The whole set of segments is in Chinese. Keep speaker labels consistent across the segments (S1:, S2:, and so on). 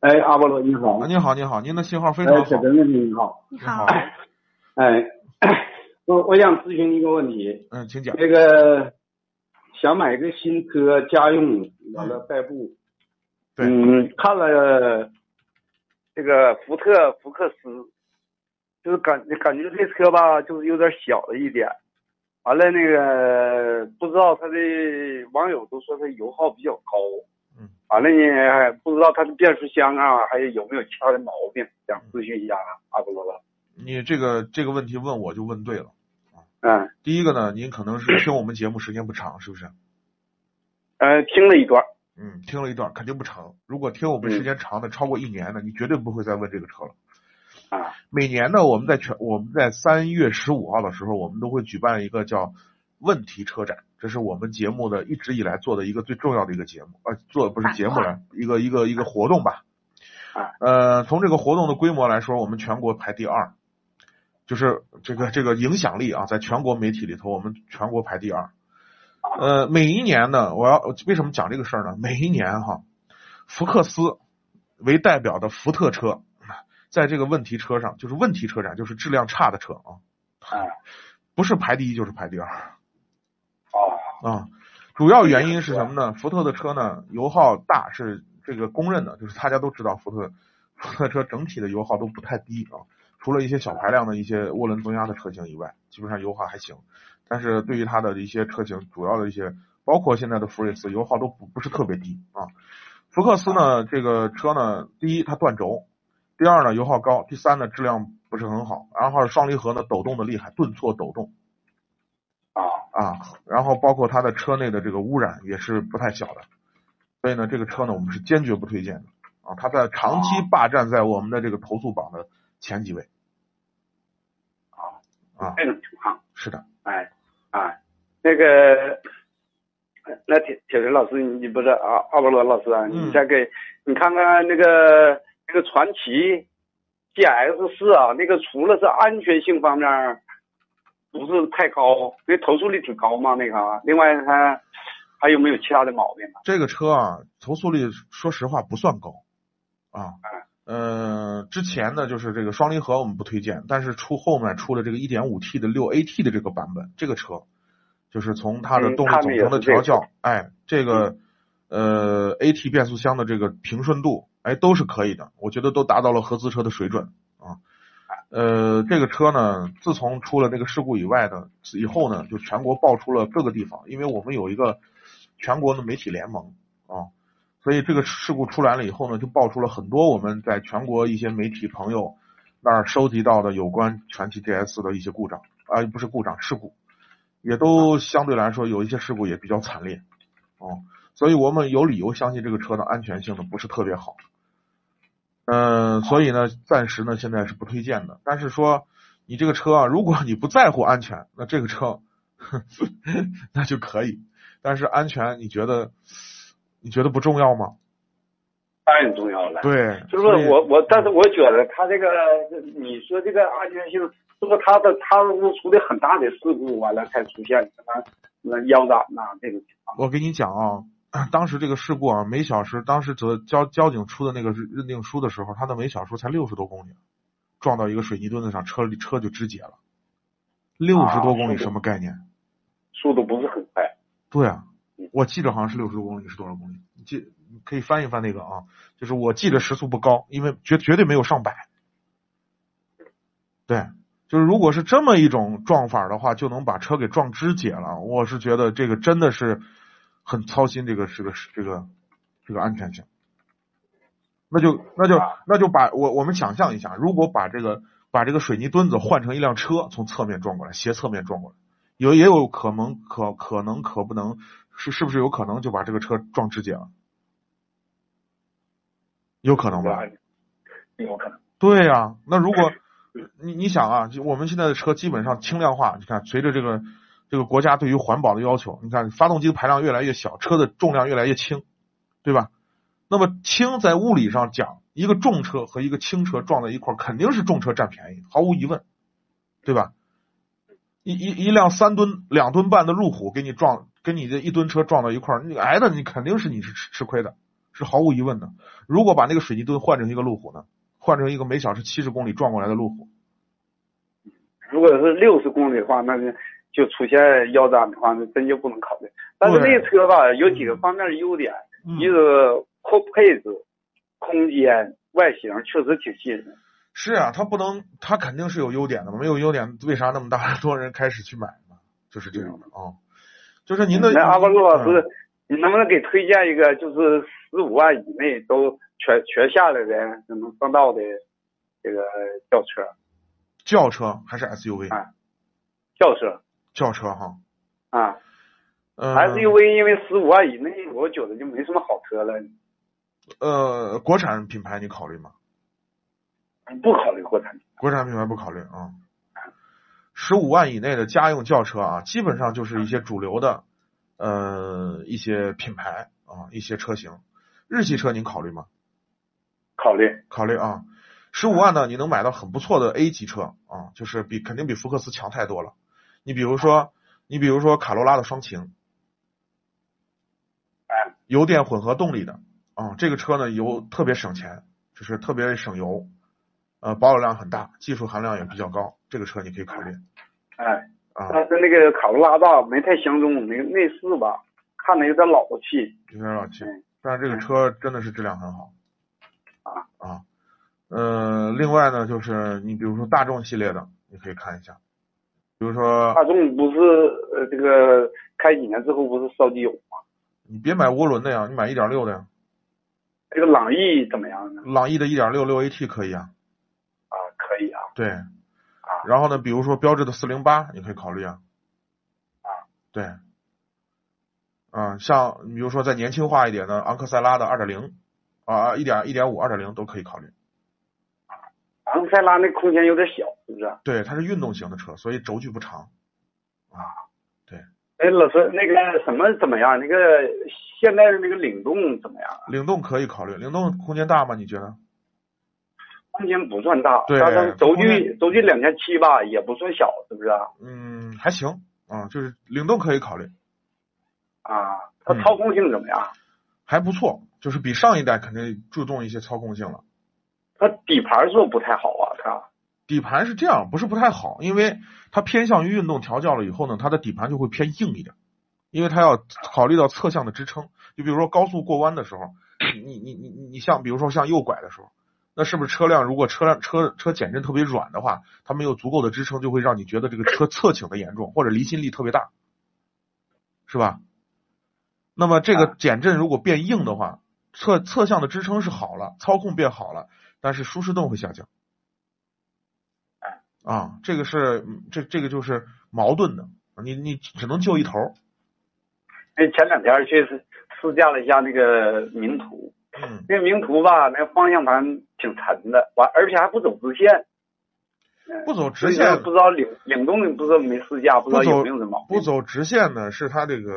S1: 哎，阿波罗你好，
S2: 啊，您好，您好，您的信号非常
S1: 哎，
S2: 好。
S1: 小陈问题你好，
S3: 你
S2: 你好
S3: 好，，
S1: 哎， 我我想咨询一个问题，
S2: 嗯，请讲。
S1: 那个想买个新车家用，完了代步，
S2: 对
S1: 嗯，看了这个福特福克斯，就是感感觉这车吧，就是有点小了一点，完了那个不知道它的网友都说它油耗比较高，
S2: 嗯，
S1: 完了呢还不知道它的变速箱啊还有没有其他的毛病，想咨询一下啊阿波罗了，
S2: 你这个这个问题问我就问对了。
S1: 嗯，
S2: 第一个呢，您可能是听我们节目时间不长，是不是？
S1: 呃，听了一段，
S2: 嗯，听了一段，肯定不长。如果听我们时间长的，超过一年的，你绝对不会再问这个车了。
S1: 啊，
S2: 每年呢，我们在全我们在三月十五号的时候，我们都会举办一个叫“问题车展”，这是我们节目的一直以来做的一个最重要的一个节目，呃，做不是节目了，一个一个一个活动吧
S1: 啊。
S2: 呃，从这个活动的规模来说，我们全国排第二，就是这个这个影响力啊，在全国媒体里头，我们全国排第二。呃，每一年呢，我要为什么讲这个事儿呢？每一年哈，福克斯为代表的福特车，在这个问题车上，就是问题车展，就是质量差的车啊，
S1: 啊
S2: 不是排第一就是排第二
S1: 啊
S2: 啊。主要原因是什么呢？福特的车呢，油耗大是这个公认的，就是大家都知道福特福特车整体的油耗都不太低啊，除了一些小排量的一些涡轮增压的车型以外，基本上油耗还行。但是对于它的一些车型，主要的一些包括现在的福睿斯，油耗都不不是特别低啊。福克斯呢，这个车呢，第一它断轴，第二呢油耗高，第三呢质量不是很好，然后双离合呢抖动的厉害，顿挫抖动。
S1: 啊
S2: 啊，然后包括它的车内的这个污染也是不太小的，所以呢，这个车呢我们是坚决不推荐的啊，它在长期霸占在我们的这个投诉榜的前几位。啊，
S1: 这种情况。
S2: 是的，
S1: 哎，哎，那个，那铁铁锤老师，你你不是啊，阿波罗老师啊，
S2: 嗯
S1: 你再给、你看看那个那个传奇 GS 四啊，那个除了是安全性方面不是太高，那投诉率挺高嘛，那个啊，另外它还有没有其他的毛病啊？
S2: 这个车啊，投诉率说实话不算高啊。呃，之前呢就是这个双离合我们不推荐，但是出后面出了这个 1.5T 的 6AT 的这个版本，这个车就是从它的
S1: 嗯
S2: 动力
S1: 看着
S2: 总
S1: 也
S2: 成的
S1: 是这
S2: 调
S1: 个
S2: 教，哎，这个呃 AT 变速箱的这个平顺度，哎，都是可以的，我觉得都达到了合资车的水准啊。呃，这个车呢，自从出了那个事故以外呢，以后呢，就全国爆出了各个地方，因为我们有一个全国的媒体联盟啊，所以这个事故出来了以后呢，就爆出了很多我们在全国一些媒体朋友那儿收集到的有关传祺 GS 的一些故障啊、不是故障，事故，也都相对来说有一些事故也比较惨烈哦，所以我们有理由相信这个车的安全性呢不是特别好。嗯、所以呢，暂时呢现在是不推荐的。但是说你这个车啊，如果你不在乎安全，那这个车 那就可以。但是安全，你觉得你觉得不重要吗？
S1: 当然重要了。
S2: 对，
S1: 就是
S2: 所以
S1: 我我，但是我觉得他这个，你说这个安全性，是不是他的他是不是出的很大的事故，完了才出现什么那腰斩呐、这种情况？
S2: 我跟你讲啊， 当时这个事故啊，每小时当时则交交警出的那个认定书的时候，它的每小时才六十多公里，撞到一个水泥墩子上，车车就肢解了，六十多公里
S1: 啊是的
S2: 什么概念？
S1: 速度不是很快。
S2: 对啊
S1: 嗯，
S2: 我记着好像是六十多公里是多少公里？你记你可以翻一翻那个啊，就是我记得时速不高，因为绝绝对没有上百，对，就是如果是这么一种撞法的话，就能把车给撞肢解了。我是觉得这个真的是很操心这个这个这个这个安全性。那就那就那就把我我们想象一下，如果把这个把这个水泥墩子换成一辆车从侧面撞过来，斜侧面撞过来，有也有可能可可能可不能是是不是有可能就把这个车撞肢解了？有可能吧？
S1: 啊有可能。
S2: 对呀、那如果你你想啊，就我们现在的车基本上轻量化，你看随着这个这个国家对于环保的要求，你看发动机的排量越来越小，车的重量越来越轻，对吧？那么轻在物理上讲，一个重车和一个轻车撞在一块儿，肯定是重车占便宜，毫无疑问，对吧？一一一辆三吨、两吨半的路虎给你撞，跟你这一吨车撞到一块儿，你挨的你肯定是你是吃吃亏的，是毫无疑问的。如果把那个水泥墩换成一个路虎呢？换成一个每小时七十公里撞过来的路虎，
S1: 如果是六十公里的话，那就就出现腰斩的话，那真就不能考虑。但是
S2: 对嗯
S1: 那车吧，有几个方面的优点，一个后配置、空间、外形确实挺吸引人。
S2: 是啊，它不能，它肯定是有优点的嘛，没有优点，为啥那么大多人开始去买呢？就是这样的啊、就是您的
S1: 嗯那阿波罗
S2: 嗯
S1: 老师，你能不能给推荐一个就是十五万以内都全全下来的就能上道的这个轿车？
S2: 轿车还是 SUV？、
S1: 啊轿车
S2: 轿车哈，
S1: 啊、
S2: 呃
S1: s u v 因为十五万以内，我觉得就没什么好车了，
S2: 呃，国产品牌你考虑吗？
S1: 不考虑国产。
S2: 国产品牌不考虑啊。十、五万以内的家用轿车啊，基本上就是一些主流的，呃，一些品牌啊，一些车型。日系车您考虑吗？
S1: 考虑
S2: 考虑啊。十五万呢，你能买到很不错的 A 级车啊，就是比肯定比福克斯强太多了。你比如说，你比如说卡罗拉的双擎
S1: 哎，
S2: 油电混合动力的啊，这个车呢油特别省钱，就是特别省油，呃，保有量很大，技术含量也比较高，这个车你可以考虑
S1: 哎，
S2: 啊，
S1: 但是那个卡罗拉吧没太相中，那个内饰吧看着有点老气。
S2: 有点老气
S1: 嗯，
S2: 但是这个车真的是质量很好
S1: 啊
S2: 啊。呃，另外呢，就是你比如说大众系列的，你可以看一下，比如说
S1: 大众不是呃这个开几年之后不是烧机油吗？
S2: 你别买涡轮的呀，你买一点六的呀，
S1: 这个朗逸怎么样呢？
S2: 朗逸的一点六六 AT 可以啊，
S1: 啊，可以啊，
S2: 对。然后呢，比如说标致的四零八，你可以考虑啊。对。啊，像比如说再年轻化一点的昂克赛拉的二点零啊，一点一点五、二点零都可以考虑。
S1: 昂克赛拉那空间有点小，是不啊是？
S2: 对，它是运动型的车，所以轴距不长。
S1: 哎，老师，那个什么怎么样？那个现在的那个领动怎么样？
S2: 领动可以考虑，领动空间大吗？你觉得？
S1: 空间不算大，
S2: 对
S1: 但是轴
S2: 空间
S1: 距轴距两千七吧，也不算小，是不是啊？
S2: 嗯，还行啊、就是领动可以考虑，
S1: 啊，它
S2: 嗯
S1: 操控性怎么样？
S2: 还不错，就是比上一代肯定注重一些操控性了。
S1: 它底盘是不是不太好啊？它
S2: 底盘是这样，不是不太好，因为它偏向于运动调教了以后呢，它的底盘就会偏硬一点，因为它要考虑到侧向的支撑。就比如说高速过弯的时候，你你你你你像比如说像右拐的时候，那是不是车辆如果车辆车车减震特别软的话，它没有足够的支撑，就会让你觉得这个车侧倾的严重，或者离心力特别大，是吧？那么这个减震如果变硬的话，侧侧向的支撑是好了，操控变好了，但是舒适度会下降。啊，这个是嗯这这个就是矛盾的，你你只能就一头儿。
S1: 那前两天去试试驾了一下那个名图，
S2: 嗯，
S1: 那个名图吧，那个方向盘挺沉的，完而且还不走直线，
S2: 不走直
S1: 所以
S2: 线
S1: 说，不知道领领动不知道没试驾，不知道
S2: 不走
S1: 有没有这毛病。
S2: 不走直线呢，是它这个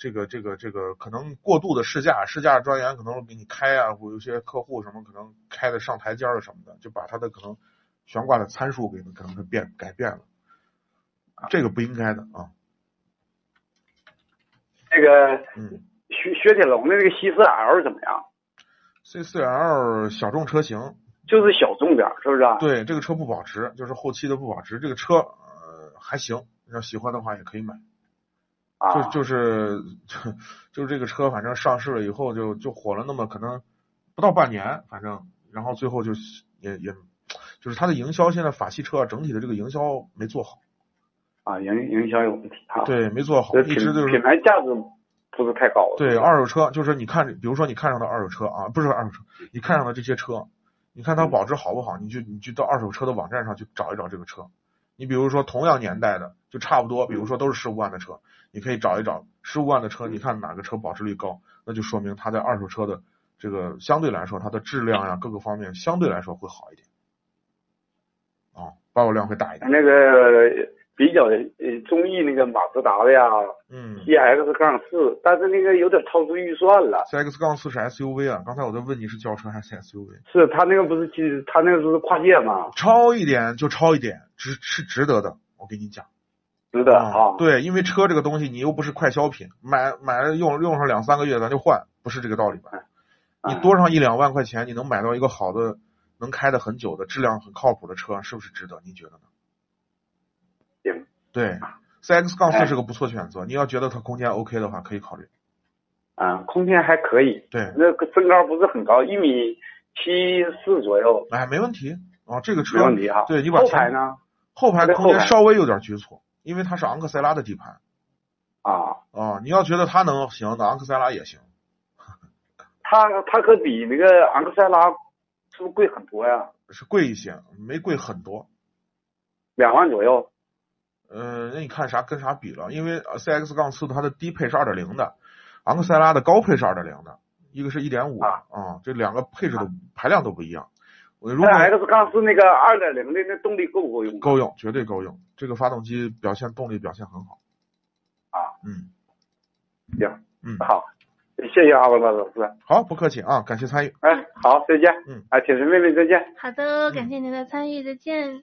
S2: 这个这个这个可能过度的试驾，试驾专员可能给你开啊，或有些客户什么可能开的上台阶儿了什么的，就把它的可能悬挂的参数给可能给变改变了，这个不应该的啊。
S1: 那个
S2: 嗯
S1: 雪雪铁龙的那个西四 L 怎么样？
S2: ，C 四 L 小众车型，
S1: 就是小众点儿，是不是啊？
S2: 对这个车不保值，就是后期的不保值，这个车呃还行，要喜欢的话也可以买。
S1: 啊，
S2: 就就是 就就是这个车，反正上市了以后就就火了那么可能不到半年，反正然后最后就也也就是它的营销现在法系车啊，整体的这个营销没做好，
S1: 啊，营营销有问题啊。，
S2: 对，没做好，
S1: 这
S2: 一
S1: 品
S2: 直就是
S1: 品牌价值不是太高了。
S2: 对，二手车，就是你看，比如说你看上的二手车啊，不是二手车，你看上的这些车，你看它保值好不好，你就你就到二手车的网站上去找一找这个车。你比如说同样年代的，就差不多，比如说都是十五万的车，你可以找一找十五万的车，你看哪个车保值率高，那就说明它在二手车的这个相对来说，它的质量呀、各个方面相对来说会好一点，啊，保有量会大一点。
S1: 那个比较呃中意那个马自达的呀
S2: 嗯
S1: ，CX 杠四，但是那个有点超出预算了。
S2: ，CX 杠四是 SUV 啊，刚才我在问你是轿车还是 SUV。
S1: 是他那个不是金，他那个是跨界嘛，
S2: 超一点就超一点，值是值得的。我跟你讲，
S1: 值得啊。
S2: 对，因为车这个东西，你又不是快消品，买买了用用上两三个月咱就换，不是这个道理吧？
S1: 嗯
S2: 你多上一两万块钱，你能买到一个好的、能开的很久的、质量很靠谱的车，是不是值得？你觉得呢？
S1: 行
S2: 对，CX 杠
S1: 哎
S2: 四是个不错选择，你要觉得它空间 OK 的话，可以考虑。
S1: 啊，空间还可以，
S2: 对，
S1: 那个身高不是很高，一米七四左右，
S2: 哎，没问题啊，这个车
S1: 没问题哈。
S2: 对你把
S1: 后
S2: 前
S1: 排呢？
S2: 后排
S1: 那
S2: 空
S1: 后
S2: 间
S1: 排
S2: 稍微有点局促，因为它是昂克赛拉的底盘。
S1: 啊，
S2: 啊，你要觉得它能行，那昂克赛拉也行。
S1: 它它可比那个昂克赛拉是不是贵很多呀？
S2: 是贵一些，没贵很多。
S1: 两万左右
S2: 呃，那你看啥跟啥比了？因为 CX 杠四它的低配是二点零的，昂克赛拉的高配是二点零的，一个是一点五
S1: 啊
S2: 啊，这两个配置都、排量都不一样。我如果
S1: ，X 杠四那个二点零的那动力够不够用？
S2: 够用，绝对够用。这个发动机表现动力表现很好
S1: 啊，
S2: 嗯，
S1: 行，
S2: 嗯
S1: 好，谢谢阿文老师，
S2: 好，不客气啊，感谢参与。
S1: 哎，好，再见，
S2: 嗯，
S1: 哎，铁锤妹妹再见。
S3: 好的，感谢您的参与，再见。